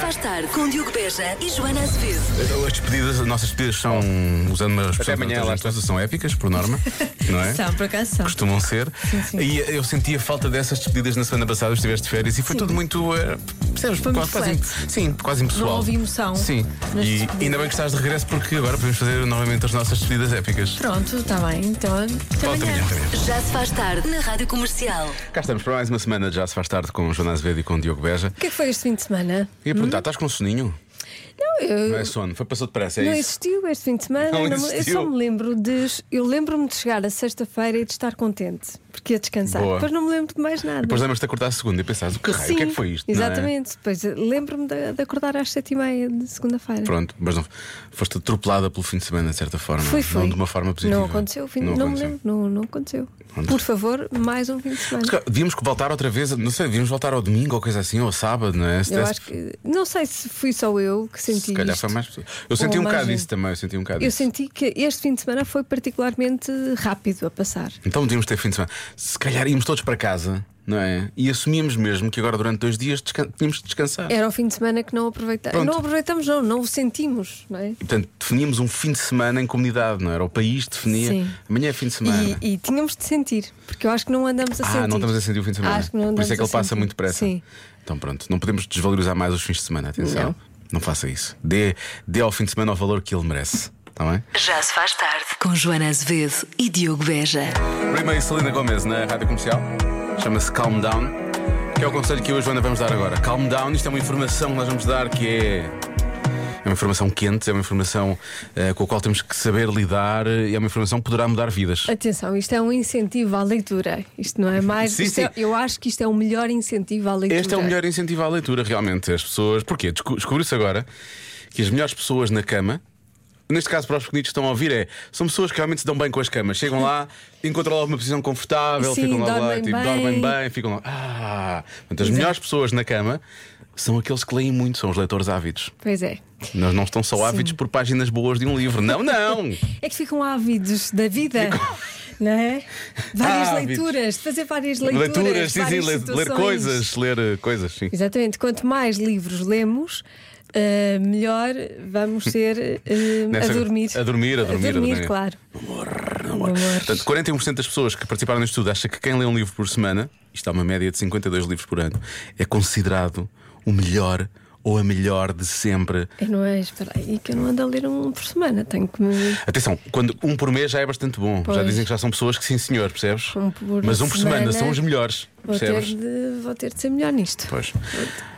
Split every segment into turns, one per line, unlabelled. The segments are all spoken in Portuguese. Faz tarde com Diogo Beja e Joana Azevedo.
Então, As despedidas, as nossas despedidas são, usando uma expressão
amanhã,
que
lá
todas juntas, são épicas, por norma, não é?
São, por acaso são.
Costumam ser. E eu sentia falta dessas despedidas na semana passada, estiveste de férias e foi tudo muito. eh, percebes?
Foi muito
quase,
flat.
sim, quase impessoal.
Não houve emoção
Sim.
nas
E
despedidas.
ainda bem que estás de regresso porque agora podemos fazer novamente as nossas despedidas épicas.
Pronto, está bem. Então, até
Volta
amanhã.
amanhã, até amanhã.
Já se faz tarde na Rádio Comercial.
Cá estamos para mais uma semana de Já Se Faz Tarde com o Joana Azevedo e com o Diogo Beja.
O que é que foi este fim de semana?
Ia perguntar, estás com um soninho?
Não, Hum? eu-
Não é sono, foi passou depressa, é
não
isso?
existiu este fim de semana.
Não
me- eu
existiu.
só me lembro de. Eu lembro-me de chegar a sexta-feira e de estar contente, porque ia descansar.
Boa.
Depois não me lembro de mais nada.
Depois lembras-te de acordar a segunda e pensares, o que raio,
Sim,
o que é que foi isto? não é?
Exatamente. Depois eh, lembro-me de, de acordar às sete e meia de segunda-feira.
Pronto, mas não, foste atropelada pelo fim de semana, de certa forma.
Foi, foi.
Não de uma forma positiva.
Não aconteceu, fim, não, me lembro, não, não aconteceu.
Pronto.
Por favor, mais um fim de semana.
Se calhar, Devíamos que voltar outra vez, não sei, devíamos voltar ao domingo ou coisa assim, ou ao sábado, não é? Se
Eu
desse-
acho que. Não sei se fui só eu que senti
se calhar
isto.
foi mais pessoas. Eu senti
Ou
um
mais
bocado
gente.
isso também, eu senti um bocado
Eu
isso.
senti que este fim de semana foi particularmente rápido a passar.
Então devíamos ter fim de semana. Se calhar íamos todos para casa, não é? E assumíamos mesmo que agora durante dois dias descan- tínhamos de descansar.
Era o fim de semana que não aproveitamos.
Pronto.
Não aproveitamos, não, não o sentimos, não é?
E, portanto, definíamos um fim de semana em comunidade, não é? era? O país definia.
Sim.
Amanhã é fim de semana.
E, e tínhamos de sentir, porque eu acho que não andamos a
Ah,
sentir.
não estamos a sentir o fim de semana.
Acho que não
Por isso é que ele
andamos a
passa
sentir.
muito depressa.
Sim.
Então pronto, não podemos desvalorizar mais os fins de semana, atenção. Não,
Não.
faça isso. Dê, dê ao fim de semana o valor que ele merece. Está bem?
Já se faz tarde com Joana Azevedo e Diogo Beja.
Rima e Selena Gomes na rádio comercial. Chama-se Calm Down. Que é o conselho que eu e a Joana vamos dar agora. Calm Down, isto é uma informação que nós vamos dar que é. É uma informação quente, é uma informação eh, com a qual temos que saber lidar eh, e é uma informação que poderá mudar vidas.
Atenção, isto é um incentivo à leitura. Isto não é mais.
Sim,
isto
sim.
é- eu acho que isto é o melhor incentivo à leitura.
Este é o melhor incentivo à leitura, realmente. As pessoas. Porquê? Desco- Descobriu-se agora que as melhores pessoas na cama. Neste caso, para os pequenitos que estão a ouvir, é, são pessoas que realmente se dão bem com as camas. Chegam lá, encontram logo uma posição confortável,
Sim,
ficam logo lá,
dormem
tipo,
bem. é.
dormem bem, ficam lá. Ah! Portanto, as melhores pessoas na cama são aqueles que leem muito, são os leitores ávidos.
Pois é.
Não, não estão só ávidos por páginas boas de um livro. Não, não!
É que ficam ávidos da vida. Não é? Várias
Ávidos.
leituras, fazer várias leituras.
Leituras, sim, sim,
várias
ler, ler
situações.
coisas, ler eh, coisas, sim.
Exatamente, quanto mais livros lemos, eh, melhor vamos ser eh,
Nessa-
a dormir.
a dormir, a dormir, a dormir.
claro.
Portanto, 41% das pessoas que participaram neste estudo acha que quem lê um livro por semana, isto é uma média de 52 livros por ano, é considerado o melhor ou a melhor de sempre.
Eu não é, espera aí, que eu não ando a ler um por semana, tenho que me.
Atenção, quando um por mês já é bastante bom. Já
Pois.
dizem que já são pessoas que sim, senhor, percebes?
Um por
Mas um por semana,
semana
são os melhores,
Vou ter,
percebes?
de, vou ter de ser melhor nisto.
Pois.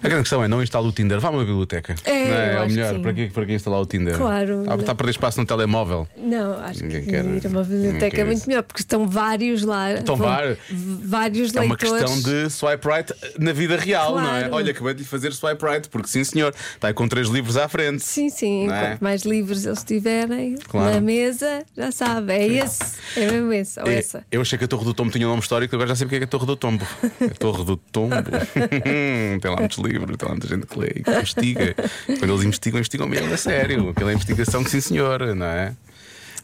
A grande questão é não instala o Tinder, vá a uma biblioteca.
É,
não
eu
é? é o
acho que
melhor.
sim.
Para que para que instalar o Tinder?
Claro.
Ah, Está a perder espaço no telemóvel.
Não, acho
Ninguém
que
quer-
ir a uma
ninguém
biblioteca
quer
é muito
isso.
melhor, porque estão vários lá.
Estão
vão-
var-
vários
É uma
leitores.
questão de swipe right na vida real, não é?
Claro.
Olha, acabei de lhe fazer swipe right, porque sim, senhor, está aí com três livros à frente.
Sim, sim,
Não é?
quanto mais livros eles tiverem
Claro.
na mesa, já sabe, é esse, é mesmo esse, ou
É,
essa.
Eu achei que a Torre do Tombo tinha um nome histórico, agora já sei porque é que é a Torre do Tombo. A Torre do Tombo. tem lá muitos livros, tem lá muita gente que lê e que investiga. Quando eles investigam, investigam mesmo, é sério. Aquela investigação que sim, senhor, não é?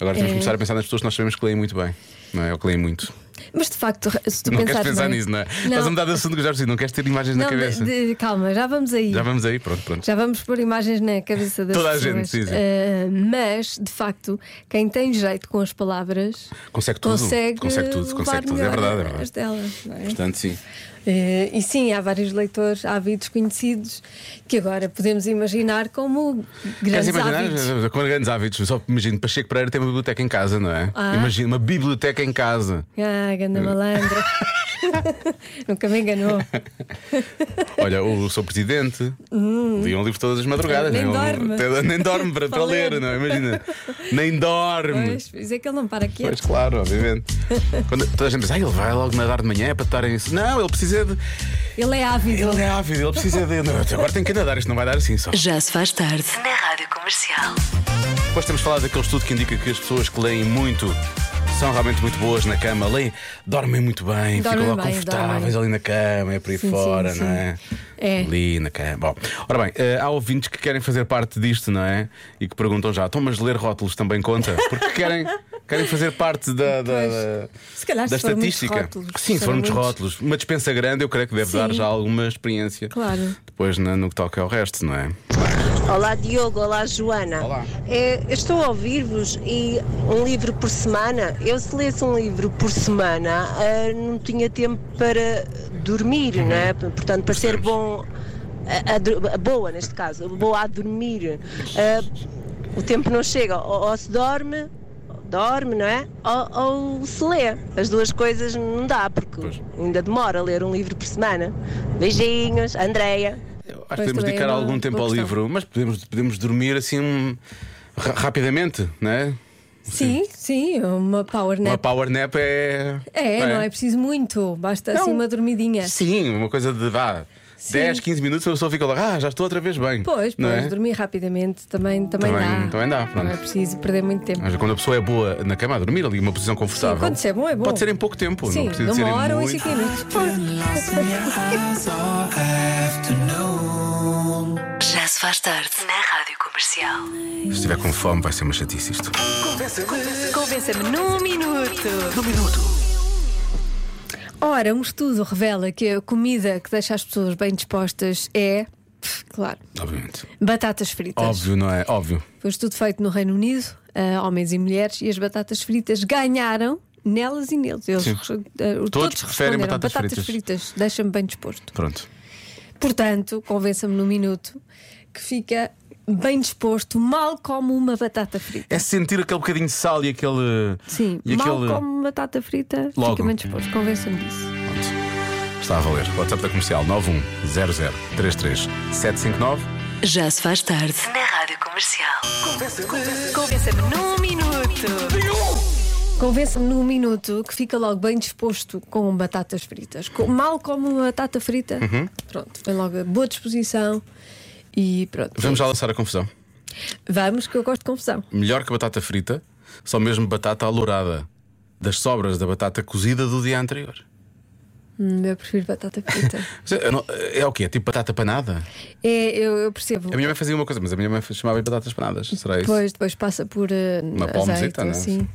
Agora temos que
É.
começar a pensar nas pessoas que nós sabemos que leem muito bem. Não é? Ou que leem muito.
Mas de facto, se tu
não queres
pensares
pensar
bem-
nisso, não é? Estás a mudar de assunto que eu já percebi, não queres ter imagens na
Não,
cabeça.
de- de- calma, já vamos aí.
Já vamos aí, pronto, pronto.
Já vamos pôr imagens na cabeça das
Toda a
pessoas.
gente, sim, sim.
Ah, mas, de facto, quem tem jeito com as palavras
Consegue tudo.
consegue,
Consegue tudo, consegue
levar
tudo. É
melhor
verdade, é verdade.
as delas, não é?
Portanto, sim.
Eh, e sim, há vários leitores, há hábitos conhecidos que agora podemos imaginar como
Queres
grandes
imaginar?
hábitos.
eh, Com grandes hábitos. Só imagino, Pacheco Pereira tem uma biblioteca em casa, não é?
Ah.
Imagina, uma biblioteca em casa.
Ah,
Eh.
ganda malandra. Nunca me enganou.
Olha, o seu presidente lia um livro todas as madrugadas.
Hum. Nem
não é?
dorme.
Até- nem dorme para, para
Para
ler,
ler.
não é? Imagina. Nem dorme.
Pois, pois é que ele não para aqui.
Pois, claro, obviamente. Quando toda a gente diz, ah, ele vai logo nadar de manhã é para estar em. Não, ele precisa de.
Ele é ávido.
Ele é ávido, ele precisa de. Não, agora tem que nadar, isto não vai dar assim só.
Já se faz tarde na Rádio Comercial.
Depois temos falado daquele estudo que indica que as pessoas que leem muito são realmente muito boas na cama, leem, dormem muito bem, ficam
Dormem
lá
bem,
confortáveis
dormem.
ali na cama, é por aí
Sim,
fora,
sim,
não
sim.
é?
É.
Ali na cama. Bom, ora bem, eh, há ouvintes que querem fazer parte disto, não é? E que perguntam já, então, mas ler rótulos também conta? Porque querem, Querem fazer parte da, da,
Pois.
da-
Se calhar se
da
for muitos
estatística.
rótulos,
Sim, se for
serão
muitos
muitos.
rótulos. Uma dispensa grande, eu creio que deve dar
Sim.
já alguma experiência.
Claro.
Depois na- no que toca ao resto, não é?
Olá Diogo, olá Joana.
Olá.
É, eu estou a ouvir-vos e um livro por semana. Eu se lesse um livro por semana ah, não tinha tempo para dormir, não é? Portanto, para ser bom, a, a dor- a boa neste caso, boa a dormir. ah, o tempo não chega, ou, ou se dorme, dorme, não é? Ou, ou se lê. As duas coisas não dá, porque
Pois.
ainda demora a ler um livro por semana. Beijinhos, Andreia.
Eu acho que podemos
Pois também é
dedicar
uma
algum
boa
tempo ao
questão.
livro, mas podemos, podemos dormir assim hum, ra- rapidamente, não é?
Sim, sim, uma power
Uma
nap.
power nap é.
É, não é preciso muito, basta assim uma dormidinha.
Sim, uma coisa de vá, 10, 15 minutos a pessoa fica lá, ah, já estou outra vez bem.
Pois,
não
pois,
é?
dormir rapidamente também, também,
Também-
dá.
também dá, pronto.
Não é preciso perder muito tempo.
Mas quando a pessoa é boa na cama a dormir ali, uma posição confortável.
Sim, quando se é bom, é bom.
Pode ser em pouco tempo,
Sim,
não precisa
de
ser em
uma hora ou em
muito.
5 minutos.
Já se faz tarde na Rádio Comercial.
Se estiver com fome, vai ser uma chatice isto.
Convença-me num minuto.
Ora, um estudo revela que a comida que deixa as pessoas bem dispostas é, pff, claro,
Obviamente.
batatas fritas.
Óbvio, não é? Óbvio.
Foi um estudo feito no Reino Unido, a homens e mulheres, e as batatas fritas ganharam nelas e neles. Eles,
Sim.
eh, todos,
preferem
responderam,
batatas fritas."
fritas, deixa-me bem disposto.
Pronto.
Portanto, convença-me num minuto que fica bem disposto, mal como uma batata frita.
É sentir aquele bocadinho de sal e aquele.
Sim,
e
mal
aquele.
como uma batata frita,
Logo.
fica bem disposto. Convença-me disso.
Pronto. Está a valer. WhatsApp da comercial 910033759.
Já se faz tarde na Rádio Comercial. Convença-me num minuto.
Convença-me num minuto que fica logo bem disposto com batatas fritas. Com- mal como uma batata frita,
Uhum.
pronto, vem logo a boa disposição e pronto.
Vamos já lançar a confusão.
Vamos, que eu gosto de confusão.
Melhor que batata frita, só mesmo batata alourada das sobras da batata cozida do dia anterior.
Hum, eu prefiro batata frita.
Mas eu não- É o quê? É tipo batata panada?
é, eu, eu percebo.
A minha mãe fazia uma coisa, mas a minha mãe chamava-lhe batatas panadas. Será isso?
Depois, depois passa por eh,
Uma
azeite
palmezita,
ou
né?
assim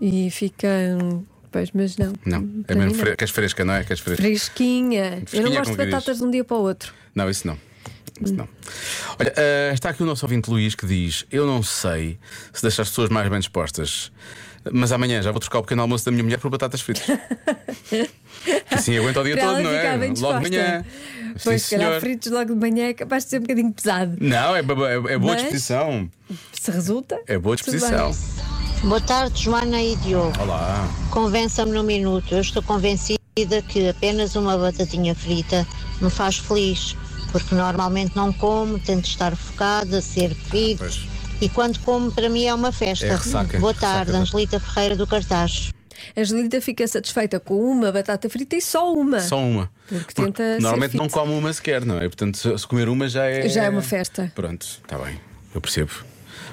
e fica. hum, Pois, mas não.
Não, é
Para
mesmo
mim,
fre... queres fresca, não é? Queres fresca?
Fresquinha. Eu não
Fresquinha,
gosto de
como que diz?
batatas de um dia para o outro.
Não, isso não. Isso não. Olha, ah, está aqui o nosso ouvinte Luís que diz: Eu não sei se deixa as pessoas mais bem dispostas, mas amanhã já vou trocar o pequeno almoço da minha mulher por batatas fritas. assim aguenta o dia
Para
todo,
ela
não
ficar
é?
bem
Logo de
disposta.
manhã. Sim,
Pois, se calhar
senhor.
fritos logo de manhã é capaz de ser um bocadinho pesado.
Não, é, bo- é- é boa
Mas-
disposição.
Se resulta.
É boa
tudo bem.
disposição.
Boa tarde, Joana e Diogo.
Olá.
Convença-me num minuto. Eu estou convencida que apenas uma batatinha frita me faz feliz, porque normalmente não como, tento estar focada, ser fit.
Pois.
E quando como, para mim é uma festa.
É ressaca,
Boa
ressaca
tarde,
da-
Angelita Ferreira do Cartaz.
A Angelita fica satisfeita com uma batata frita e só uma.
Só uma.
Porque tenta ser
normalmente
fit.
não come uma sequer, não é? Portanto, se- se comer uma já é.
Já é uma festa.
Pronto, está bem. Eu percebo.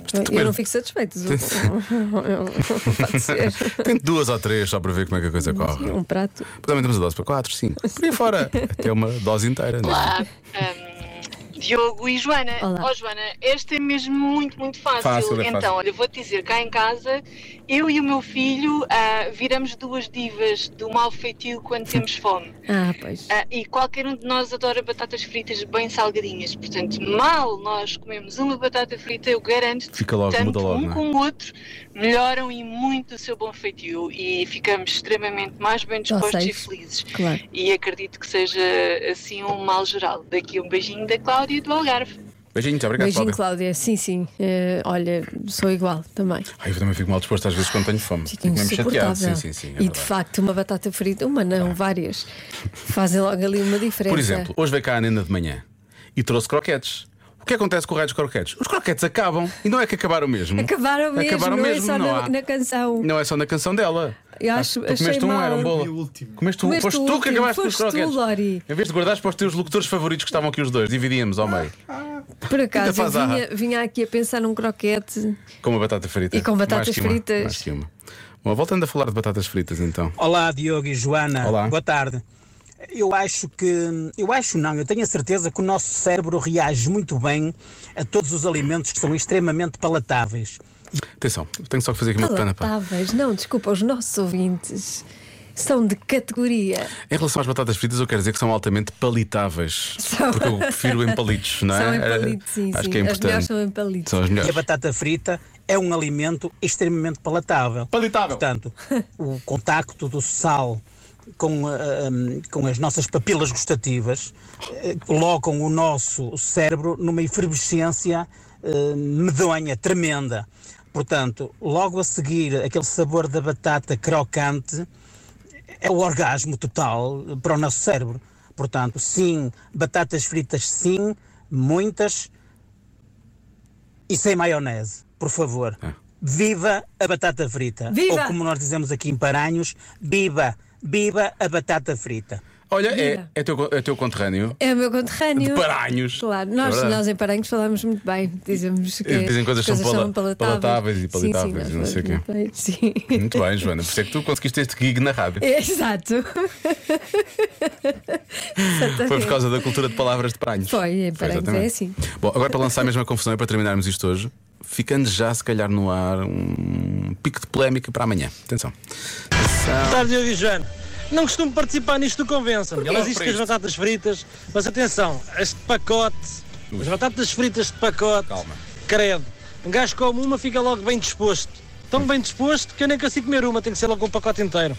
Mas
Eu
tento comer-
não fico satisfeito. Pode ser.
Tento duas ou três só para ver como é que a coisa corre.
Um prato.
Também temos a dose para 4, 5. Por aí fora. Até uma dose inteira. não é?
Olá, hum, Diogo e Joana.
Olá.
Oh, Joana, esta é mesmo muito, muito fácil.
Fácil, é fácil.
então, olha, vou-te dizer, cá em casa, eu e o meu filho ah, viramos duas divas do mau feitio quando temos fome.
Ah, pois.
É.
Ah, e qualquer um de nós adora batatas fritas bem salgadinhas. Portanto, mal nós comemos uma batata frita, eu garanto
Fica logo,
tanto
muda logo,
um
não é?
como o outro melhoram e muito o seu bom feitio e ficamos extremamente mais bem dispostos e
seis.
felizes.
Claro.
E acredito que seja assim um mal geral. Daqui um beijinho da Cláudia e do Algarve.
Beijinhos, obrigado,
Beijinho,
Cláudia.
Cláudia. Sim, sim. Eh, olha, sou igual também.
Ai, eu também fico mal disposto às vezes quando tenho fome.
Fica
Fico mesmo
insuportável.
chateado. Sim, sim, sim. é
e de
verdade. Ah.
facto, uma batata frita, uma não, várias, fazem logo ali uma diferença.
Por exemplo, hoje veio cá a Nena de manhã e trouxe croquetes. O que acontece com o raio dos croquetes? Os croquetes acabam e não é que acabaram mesmo.
Acabaram mesmo,
Acabaram
não
mesmo,
é só
não
na,
há.
na canção.
Não é só na canção dela.
Eu acho-
tu comeste
achei
um,
mal.
era um
E o
bolo.
último.
Comeste um,
Comeste
foste
o
tu que
último,
acabaste com os
foste tu,
croquetes.
Lori.
Em vez de guardares para os teus locutores favoritos que estavam aqui os dois, dividíamos ao meio.
Por acaso, eu
Então faz a-
vinha, vinha aqui a pensar num croquete.
Com uma batata frita.
E com batatas
Mais que uma,
fritas.
mais que uma. Bom, voltando a falar de batatas fritas então.
Olá, Diogo e Joana.
Olá.
Boa tarde. Eu acho que, eu acho não, eu tenho a certeza que o nosso cérebro reage muito bem a todos os alimentos que são extremamente palatáveis.
Atenção, tenho só que fazer aqui
Tá
uma pequena pá.
Palatáveis, não, desculpa, os nossos ouvintes são de categoria.
Em relação às batatas fritas, eu quero dizer que são altamente palitáveis.
São.
Porque eu prefiro em palitos, não é?
São em
Era-
palitos, sim,
Acho
sim.
que é
As
importante.
melhores são em palitos.
São as
E a
melhores.
batata frita é um alimento extremamente palatável.
Palitável.
Portanto, o contacto do sal com, ah, hum, com as nossas papilas gustativas eh, colocam o nosso cérebro numa efervescência eh, medonha, tremenda. Portanto, logo a seguir, aquele sabor da batata crocante é o orgasmo total para o nosso cérebro. Portanto, sim, batatas fritas, sim, muitas e sem maionese, por favor. Viva a batata frita.
Viva!
Ou como nós dizemos aqui em Paranhos, viva, viva a batata frita.
Olha, é,
Vira.
é, teu, é teu conterrâneo.
É o meu
De
conterrâneo.
Paranhos.
Claro,
É
nós,
verdade.
nós em Paranhos falamos muito bem. Dizemos que
Dizem coisas
as
que são pala- palatáveis e
Sim,
palitáveis
sim,
e não sei o quê.
nós falamos muito bem, Sim.
Muito bem, Joana. Por isso é que tu conseguiste este gig na rádio.
É Exato.
Foi por causa da cultura de palavras de Paranhos.
é. Foi, em Paranhos
exatamente.
é assim.
Bom, agora para lançar a mesma confusão e para terminarmos isto hoje, ficando já, se calhar, no ar um pico de polémica para amanhã. Atenção.
tarde, Diogo e Joana. Não costumo participar nisto do Convença-me. Elas dizem que as batatas fritas, mas atenção, este pacote, as batatas fritas de pacote,
Calma.
credo, um gajo come uma fica logo bem disposto. Tão bem disposto que eu nem consigo comer uma, tem que ser logo um pacote inteiro.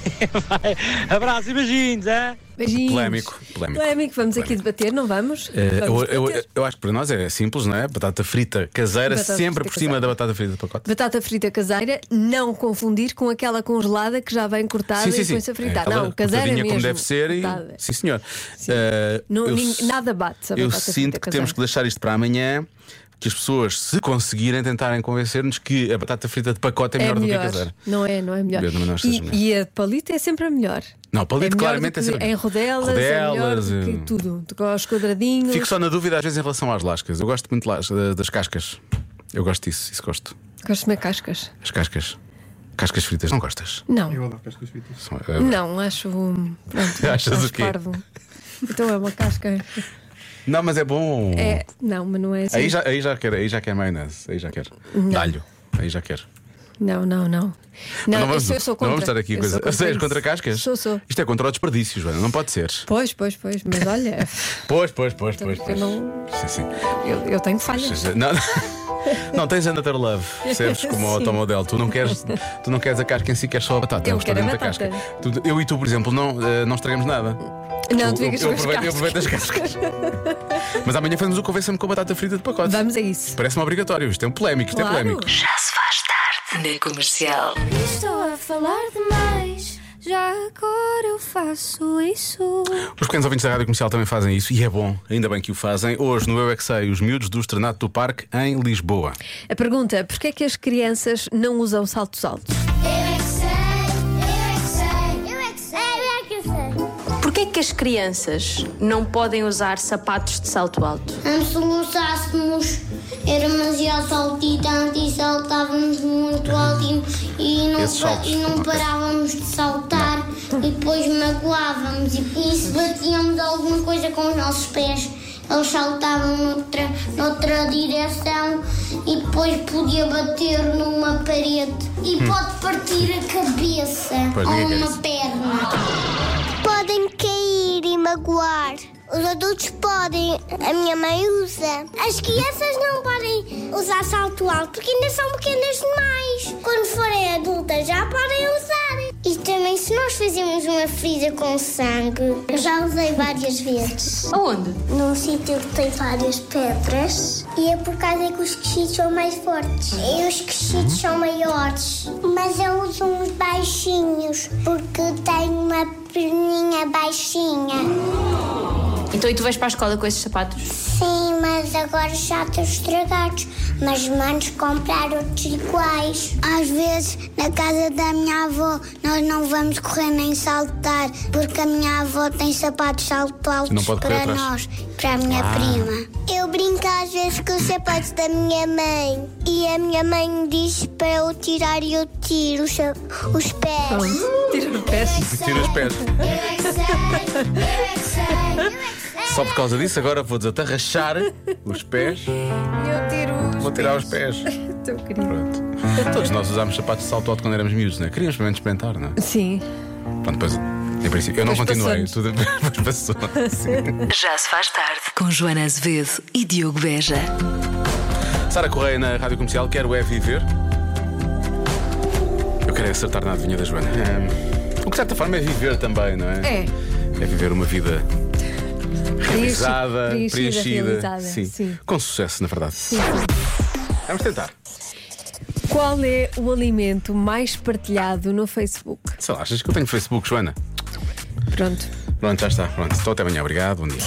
Vai, Abraço e beijinhos, é?
Beijinhos.
Polémico, polémico.
Polémico, vamos aqui debater, não vamos?
Eh,
Vamos
Eu, eu-
debater.
eu acho que para nós é simples, não é? Batata frita caseira,
Batata
sempre por
frita
cima
caseira.
da batata frita de pacote.
Batata frita caseira, não confundir com aquela congelada que já vem cortada e põe-se a fritar.
É, aquela
não, caseira
cortadinha
mesmo.
tá como deve ser. E...
cortada.
Sim, senhor. Eh,
Não,
eu
nin-
s-
nada bate a
Eu
batata
sinto
frita
que temos
caseira.
que deixar isto para amanhã. Que as pessoas, se conseguirem, tentarem convencer-nos que a batata frita de pacote é melhor, do que a caseira.
Não é, não é melhor.
Eu também não acho que
e,
seja melhor.
e a palita é sempre a melhor.
Não, palito
É melhor
claramente
do que
é sempre a
Em
melhor.
rodelas, é melhor do
Rodelas,
que
eh,
tudo. Com os quadradinhos.
Fico só na dúvida às vezes em relação às lascas. Eu gosto muito de las- da- das cascas. Eu gosto disso, isso gosto.
Gosto de comer cascas.
As cascas. Cascas fritas, não gostas? eh,
Não,
São-
não, acho. hum, Pronto,
Achas
acho
o quê?
parvo. Então é uma casca.
Não, mas é bom.
É, não, mas não é assim.
Aí já, aí já quer, aí já quer maionese, aí já quer. Alho, aí já quer.
Não, não, não.
Não
Não,
vamos,
eu sou
não
contra.
vamos estar aqui
Eu
coisa.
sou
Contra...
isso.
contra cascas?
Sou, sou.
Isto é contra o desperdício, Joana, não pode ser.
Pois, pois, pois. Mas olha,
Pois, pois, pois, pois.
eu
pois.
não-
Sim, sim.
eu, eu tenho falhas.
Não, não tens another love, percebes como o
Sim.
automodel. Tu não, queres, tu não queres a casca em si, queres só a batata.
Eu
gostei
quero a
muito da
batata.
Tu- eu e tu, por exemplo, não, eh, não estragamos nada.
Não,
é. eu,
tu
eu,
ficas
eu
com as
aproveito, eu
cascas.
aproveito as cascas. Mas amanhã fazemos o convença-me com a batata frita de pacote.
Vamos a isso.
Parece-me obrigatório, isto é um polémico, isto
Claro.
é polémico.
Já se faz tarde na comercial.
Estou a falar demais, já agora eu faço isso.
Os pequenos ouvintes da Rádio Comercial também fazem isso e é bom, ainda bem que o fazem. Hoje no Eu é que Sei, os miúdos do Estrenato do Parque em Lisboa.
A pergunta: porquê é que as crianças não usam saltos altos?
Eu é que sei, eu é que sei, eu é que sei, eu é que sei.
Porquê que as crianças não podem usar sapatos de salto alto?
Antes lutássemos, éramos já saltitantes e saltávamos muito alto e não,
Esses saltos,
e não
ok.
parávamos de saltar e depois magoávamos e, e se batíamos alguma coisa com os nossos pés. Eles saltavam noutra, noutra direção e depois podia bater numa parede
Hum.
e pode partir a cabeça
Pois, ninguém
ou
quer
uma
isso.
perna. Podem cair e magoar. Os adultos podem, a minha mãe usa. As crianças não podem usar salto alto porque ainda são pequenas demais. Quando forem adultas já podem usar. E também se nós fazemos uma ferida com sangue, eu já usei várias vezes
Aonde?
num sítio que tem várias pedras e é por causa que os coxitos são mais fortes. E
É
os coxitos são maiores. Mas eu uso uns baixinhos porque tenho uma perninha baixinha.
Então e tu vais para a escola com esses sapatos?
Sim, mas agora já estão estragados. Mas manos compraram outros iguais. Às vezes, na casa da minha avó, nós não vamos correr nem saltar porque a minha avó tem sapatos salto altos
Não pode correr
para
atrás. Ah.
nós para a minha prima. Eu brinco às vezes com os sapatos da minha mãe e a minha mãe diz para eu tirar e eu tiro os, sa- os pés.
Tira o pé.
Tira os pés.
É
Só por causa disso, agora vou desatarrachar os pés.
Eu tiro.
Vou tirar os pés.
Tão querido.
Todos nós usámos sapatos de salto alto quando éramos miúdos, não é? Queríamos mesmo experimentar, não é?
Sim.
Pronto, depois, em princípio, eu não
Depois
continuei, tudo
passou-nos.
depois passou. Sim.
Já se faz tarde com Joana Azevedo e Diogo Beja.
Sara Correia na rádio comercial, quero é viver. Eu quero é acertar na adivinha da Joana. Hum, o que de certa forma é viver também, não é?
É.
É viver uma vida realizada,
Preenchi-
preenchida.
realizada, sim.
Com sucesso, na verdade. Vamos tentar.
Qual é o alimento mais partilhado no Facebook?
Sei lá, achas que eu tenho Facebook, Joana?
Pronto.
Pronto, já está. Pronto, então até amanhã. Obrigado, bom dia.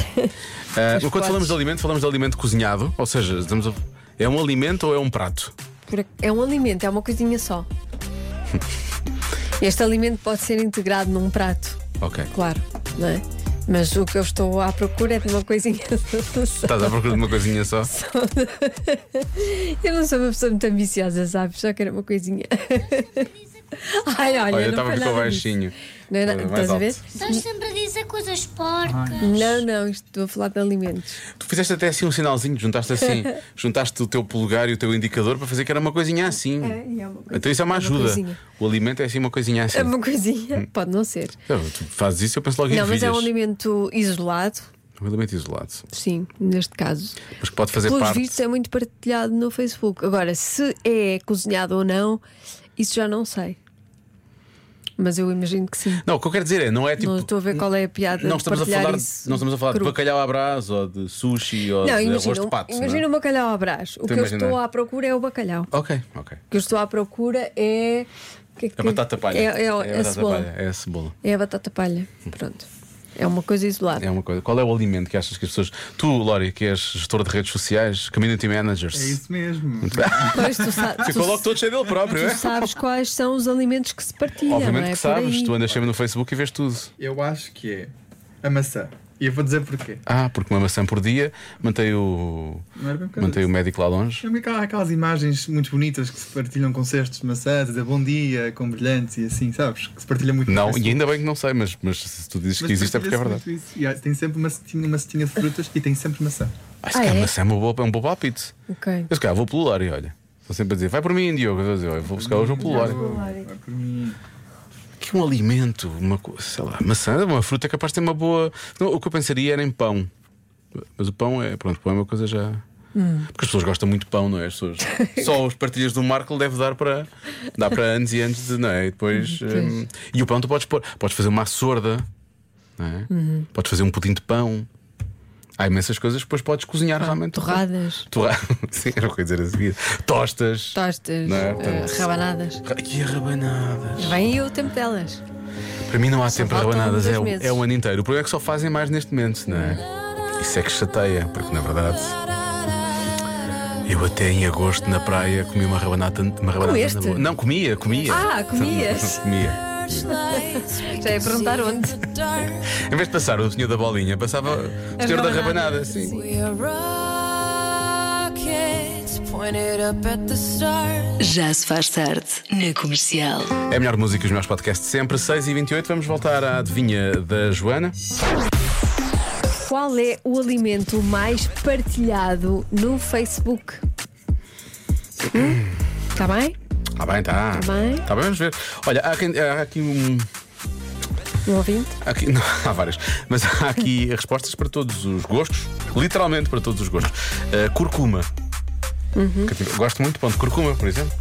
Ah, quando
podes.
falamos de alimento, falamos de alimento cozinhado, ou seja, estamos a- é um alimento ou é um prato?
Por- É um alimento, é uma coisinha só. Este alimento pode ser integrado num prato,
Ok.
claro, não é? Mas o que eu estou à procura é de uma coisinha só.
Estás à procura de uma coisinha só?
Eu não sou uma pessoa muito ambiciosa, sabes? Só quero uma coisinha. Ai, olha,
Olha, eu
não
estava a
foi
ficar
nada disso.
baixinho.
Não é na-
Mais
Estás a ver?
alto.
Estás sempre a dizer coisas porcas.
Não, não, isto estou a falar de alimentos.
Tu fizeste até assim um sinalzinho, juntaste assim, juntaste o teu polegar e o teu indicador para fazer que era uma coisinha assim.
É, é uma coisa-
Então isso é uma
é uma
ajuda.
coisinha.
o alimento é assim uma coisinha assim.
É uma coisinha, pode não ser.
Eu- tu fazes isso, eu penso logo em
Não, mas é um
ervilhas.
alimento isolado,
Um alimento isolado.
sim, neste caso.
Mas que pode fazer
Pelos
parte.
vistos é muito partilhado no Facebook. Agora, se é cozinhado ou não, isso já não sei. Mas eu imagino que sim.
Não, o que eu quero dizer é, não é tipo.
não estou a ver qual é a piada.
não
de
estamos a
partilhar
falar,
isso
não estamos a falar de
cru.
bacalhau à brás ou de sushi ou
Não,
de
imagina,
arroz de pato.
imagina
não é? Então
o bacalhau à brás. O
Estou a
que eu
imaginar.
estou à procura é o bacalhau.
é? Ok, ok.
O que eu estou à procura é. o que é que-
A batata palha.
É, é,
a
a,
batata
cebola.
palha. É a cebola.
É a batata palha. Pronto. É uma coisa isolada.
É uma coisa. Qual é o alimento que achas que as pessoas. Tu, Lória, que és gestora de redes sociais, community managers.
É isso mesmo.
Pois tu, sa- tu-
Ficou logo todo cheio dele próprio, é?
tu sabes quais são os alimentos que se partilham.
Obviamente
não é?
que
Por aí.
sabes, tu andas sempre no Facebook e vês tudo.
Eu acho que é a maçã. E eu vou dizer porquê.
Ah, porque uma maçã por dia mantém o.
Não era bem por causa
mantém o médico lá longe.
Eu me há aquelas imagens muito bonitas que se partilham com cestos de maçãs, a dizer bom dia, com brilhantes e assim, sabes? Que se partilha muito no
Não,
Facebook.
e ainda bem que não sei, mas, mas se tu dizes
Mas
que existe é porque é
partilha-se
verdade.
muito isso. E há- tem sempre uma setinha, uma setinha de frutas e tem sempre maçã.
Ah, se
Ah,
calhar
é?
maçã é, uma boa, é um bom palpite.
Ok.
Eu se calhar vou pelo Lória, olha. Estou sempre a dizer, vai por mim, Diogo. Eu vou dizer, "Olha, vou buscar hoje um pelo Lória.
Vai por mim.
Que um alimento, uma coisa, sei lá, maçã, é uma fruta capaz de ter uma boa. Não, o que eu pensaria era em pão. Mas o pão é, pronto, pão é uma coisa já. Porque as pessoas gostam muito de pão, não é? As pessoas... Só os partilhas do Marco deve dar para dá para anos e anos de. Não é? E depois. hum, E o pão tu podes pôr. Podes fazer uma sorda, não é? Podes fazer um pudim de pão. Há imensas coisas que depois podes cozinhar realmente.
Torradas,
Torra... Sim, era o que eu ia dizer a seguir. Tostas.
tostas,
Não é?
eh,
Portanto-
rabanadas.
Aqui a rabanada.
Vem aí o tempo delas.
Para mim não há tempo de
faltam
rabanadas,
dois
é, o-
meses.
é o ano inteiro. O problema é que só fazem mais neste momento, não é? Isso é que chateia, porque na verdade. Eu até em agosto na praia comi uma rabanada, uma rabanada
Comeste?
na boa. Não, comia, comia.
Ah, comias.
comia.
Já é perguntar onde.
Em vez de passar o senhor da bolinha, passava o senhor da
rabanada.
rabanada, sim.
Já se faz tarde na comercial.
É a melhor música e os melhores podcasts de sempre. 6 e 28 vamos voltar à adivinha da Joana.
Qual é o alimento mais partilhado no Facebook? Está bem?
Ah, bem, tá.
Tá bem.
Tá bem, vamos ver. Olha, há aqui- há aqui um.
Um ouvinte?
Aqui- não, há várias, mas há aqui respostas para todos os gostos, literalmente para todos os gostos. Uh, curcuma.
Uhum.
Que eu tive- Gosto muito pão de curcuma, por exemplo.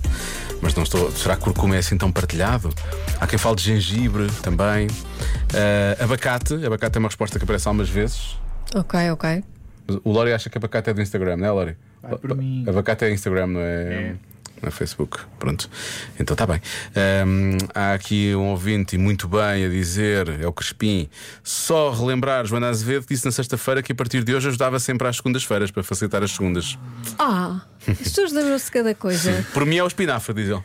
Mas não estou. Será que curcuma é assim tão partilhado? Há quem fale de gengibre também. Uh, abacate. Abacate é uma resposta que aparece algumas vezes.
Ok, ok.
Mas O Lori acha que abacate é do Instagram, não é, Lori?
Vai por mim.
Abacate é Instagram, não é? Não é Facebook. Pronto. Então está bem. Ahm, há aqui um ouvinte, e muito bem, a dizer, é o Crespim. Só relembrar, Joana Azevedo disse na sexta-feira que a partir de hoje ajudava sempre às segundas-feiras para facilitar as segundas.
Ah, as pessoas lembram-se de cada coisa.
Por mim é o espinafre, diz ele.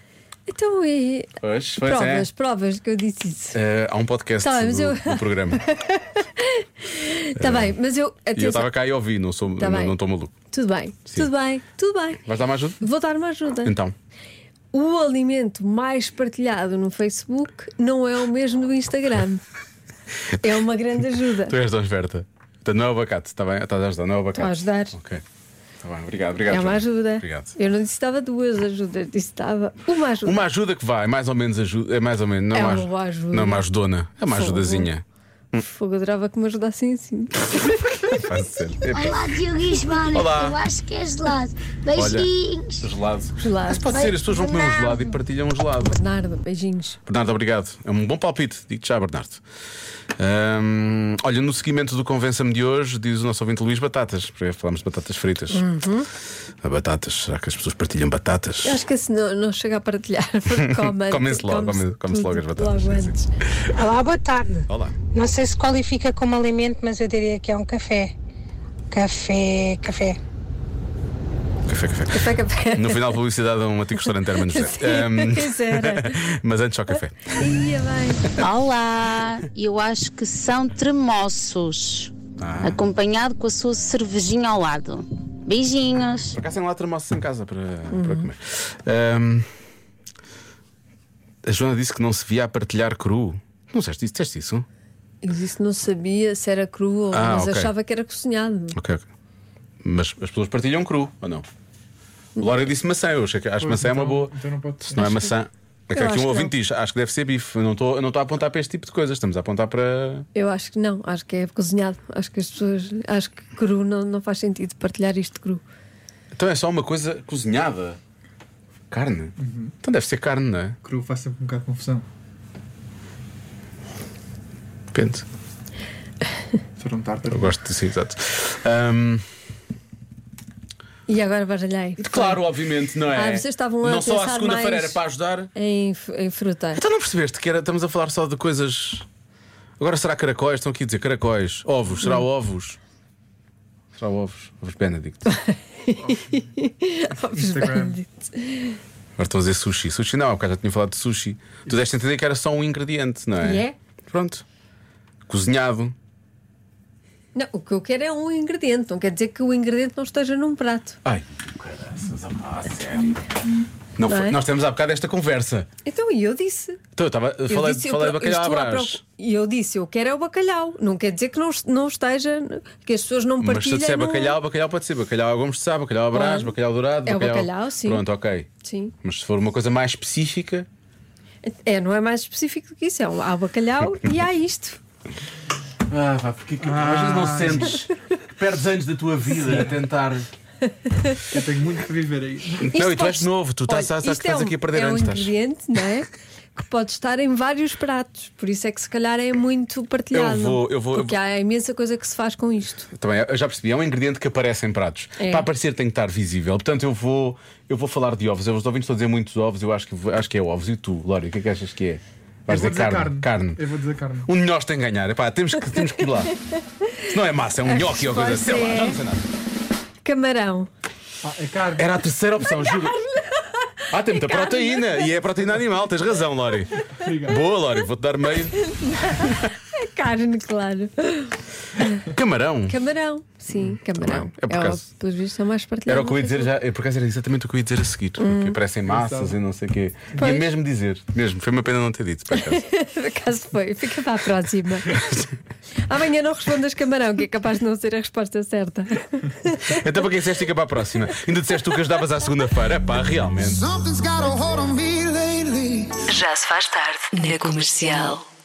Então e.
Pois, pois é.
Provas, provas que eu disse isso.
Ah, há um podcast
Tá bem,
do,
mas eu-
do programa.
Está Tá bem, mas
É. e
eu.
eu
atenção,
estava cá e ouvi, não estou
Tá
não,
bem.
não estou maluco.
Tudo bem, tudo bem, tudo bem.
Vais dar uma ajuda?
Vou dar uma ajuda.
Então.
O alimento mais partilhado no Facebook não é o mesmo do Instagram. É uma grande ajuda.
Tu és Dona Berta. Então não é o abacate, está bem? Estás a ajudar, não é o abacate.
Estou a ajudar.
Ok. Tá bem, obrigado, obrigado.
é uma
Joana.
ajuda.
Obrigado.
Eu não disse que dava duas ajudas, disse que dava uma ajuda.
Uma ajuda que vai, mais ou menos ajuda. É mais ou menos. Não
É
uma
uma
aju-
boa ajuda.
Não é uma ajudona. É uma
Fogo.
ajudazinha.
Fogo, adorava que me ajudassem assim.
Faz ser.
É
Epá.
Olá, Diogo e Joana.
Olá.
Eu acho que é gelado.
Olha,
Beijinhos.
gelado.
Gelado.
Mas pode ser, as pessoas vão comer um gelado e partilham um gelado.
Bernardo, beijinhos.
Bernardo, obrigado. É um bom palpite, digo-te já, Bernardo. Ahm, olha, no seguimento do Convença-me de hoje, diz o nosso ouvinte Luís Batatas. Porque Falámos de batatas fritas.
Uhum.
Ah, Batatas, será que as pessoas partilham batatas?
Eu acho que se não, não chega a partilhar, porque comem.
Comem-se logo,
come-se
comem- come-se
tudo
logo as batatas,
logo
sim,
antes.
Olá, boa tarde.
Olá.
Não sei se qualifica como alimento, mas eu diria que é um café. Café, café.
Café, café.
Café, café.
No final, publicidade a um antigo restaurante Hermano José.
Sim,
Ahm,
pois era.
mas antes, só café.
Ia bem.
Olá, eu acho que são tremoços,
Ah.
acompanhado com a sua cervejinha ao lado. Beijinhos.
Por acaso tem lá termossos em casa para,
Uhum.
para comer. Ahm, a Joana disse que não se via a partilhar cru. Não disseste isso? Disseste isso?
Eu disse que não sabia se era cru ou
Ah,
mas
ok.
achava que era cozinhado.
Ok, ok. Mas as pessoas partilham cru, ou não?
Uhum.
Laura disse maçã, eu acho que acho que maçã é uma boa.
Então não pode
Se não é maçã. É que aqui
Eu acho
um
que
ouvinte diz, acho que deve ser bife. Eu não estou eu não estou a apontar para este tipo de coisas, estamos a apontar para.
Eu acho que não, acho que é cozinhado. Acho que as pessoas. Acho que cru não, não faz sentido partilhar isto cru.
Então é só uma coisa cozinhada. Carne?
Uhum.
Então deve ser carne, não é?
Cru faz sempre um bocado de confusão.
Depende.
Foram um tártaro.
Eu gosto de sim, exato. Ahm,
E agora baralhei.
claro, obviamente, não é?
Ah, vocês estavam a
não só à
pensar
segunda-feira
mais
era para ajudar.
Em, f- em fruta.
Então não percebeste que era, estamos a falar só de coisas. Agora será caracóis? Estão aqui a dizer caracóis. Ovos, será
Hum.
ovos? Será ovos? Ovos Benedict.
Ovos
Instagram.
benditos.
Agora estão a dizer sushi. Sushi não, porque já tinha falado de sushi. Tu deste a entender que era só um ingrediente, não é?
E é?
Pronto. Cozinhado.
Não, o que eu quero é um ingrediente. Não quer dizer que o ingrediente não esteja num prato.
Ai, caraças, ah, sério. Não
Não
foi-
é?
Nós temos há bocado esta conversa.
Então, e eu disse.
Então eu estava.
Eu
Falei,
disse, eu
falei de
pro-
bacalhau à
estou à
brás.
procu- E eu disse, eu quero é o bacalhau. Não quer dizer que não, est- não esteja, que as pessoas não
Mas se eu
partilhem.
disser
não-
bacalhau, bacalhau pode ser bacalhau a gomes de sá, bacalhau à brás,
Claro.
bacalhau dourado.
É o bacalhau, sim.
Pronto, ok.
Sim.
Mas se for uma coisa mais específica,
É, não é mais específico do que isso. É, um- há o bacalhau e há isto.
Ah, pá, porque que, às vezes
Ah.
não sentes que perdes anos da tua vida a tentar.
Eu tenho muito que viver aí.
Isto
não, e tu és
pode-
novo, tu estás,
Olha,
estás, estás,
isto é um-
aqui a perder
é
anos.
um
estás.
ingrediente, não é? Que pode estar em vários pratos. Por isso é que se calhar é muito partilhado.
Eu vou- eu vou- eu
porque há imensa coisa que se faz com isto.
Também, eu já percebi, é um ingrediente que aparece em pratos.
É.
Para aparecer tem que estar visível. Portanto, eu vou, eu vou falar de ovos. Eu, os ouvintes estão a dizer muitos ovos, eu acho que, vou- acho que é ovos. E tu, Lória, o que é que achas que é? Vais
Eu vou
dizer carne. carne.
Eu vou dizer carne.
Um de nós tem que ganhar. Epá, temos, que, temos que ir lá. Se não é massa, é um
A
nhoque ou coisa. Sei lá,
resposta é-
já não sei nada.
Camarão.
é carne.
Era a terceira opção, juro. Ah, tem muita proteína. E é proteína animal, tens razão, Lória. Boa, Lória, vou-te dar meio.
É carne, claro.
Camarão.
Camarão, sim, camarão.
É por
o-
acaso.
pelos vistos, é o mais partilhado.
Era o que eu ia dizer já, eu, por acaso era exatamente o que eu ia dizer a seguir.
Hum.
Que aparecem massas e não sei o quê.
Pois.
Ia mesmo dizer, mesmo, foi uma pena não ter dito. por acaso.
Por acaso foi, fica para a próxima. Amanhã não respondas camarão, que é capaz de não ser a resposta certa.
Então para quem disseste fica para a próxima. Ainda disseste tu que ajudavas à segunda-feira. Pá, realmente.
Já se faz tarde na comercial.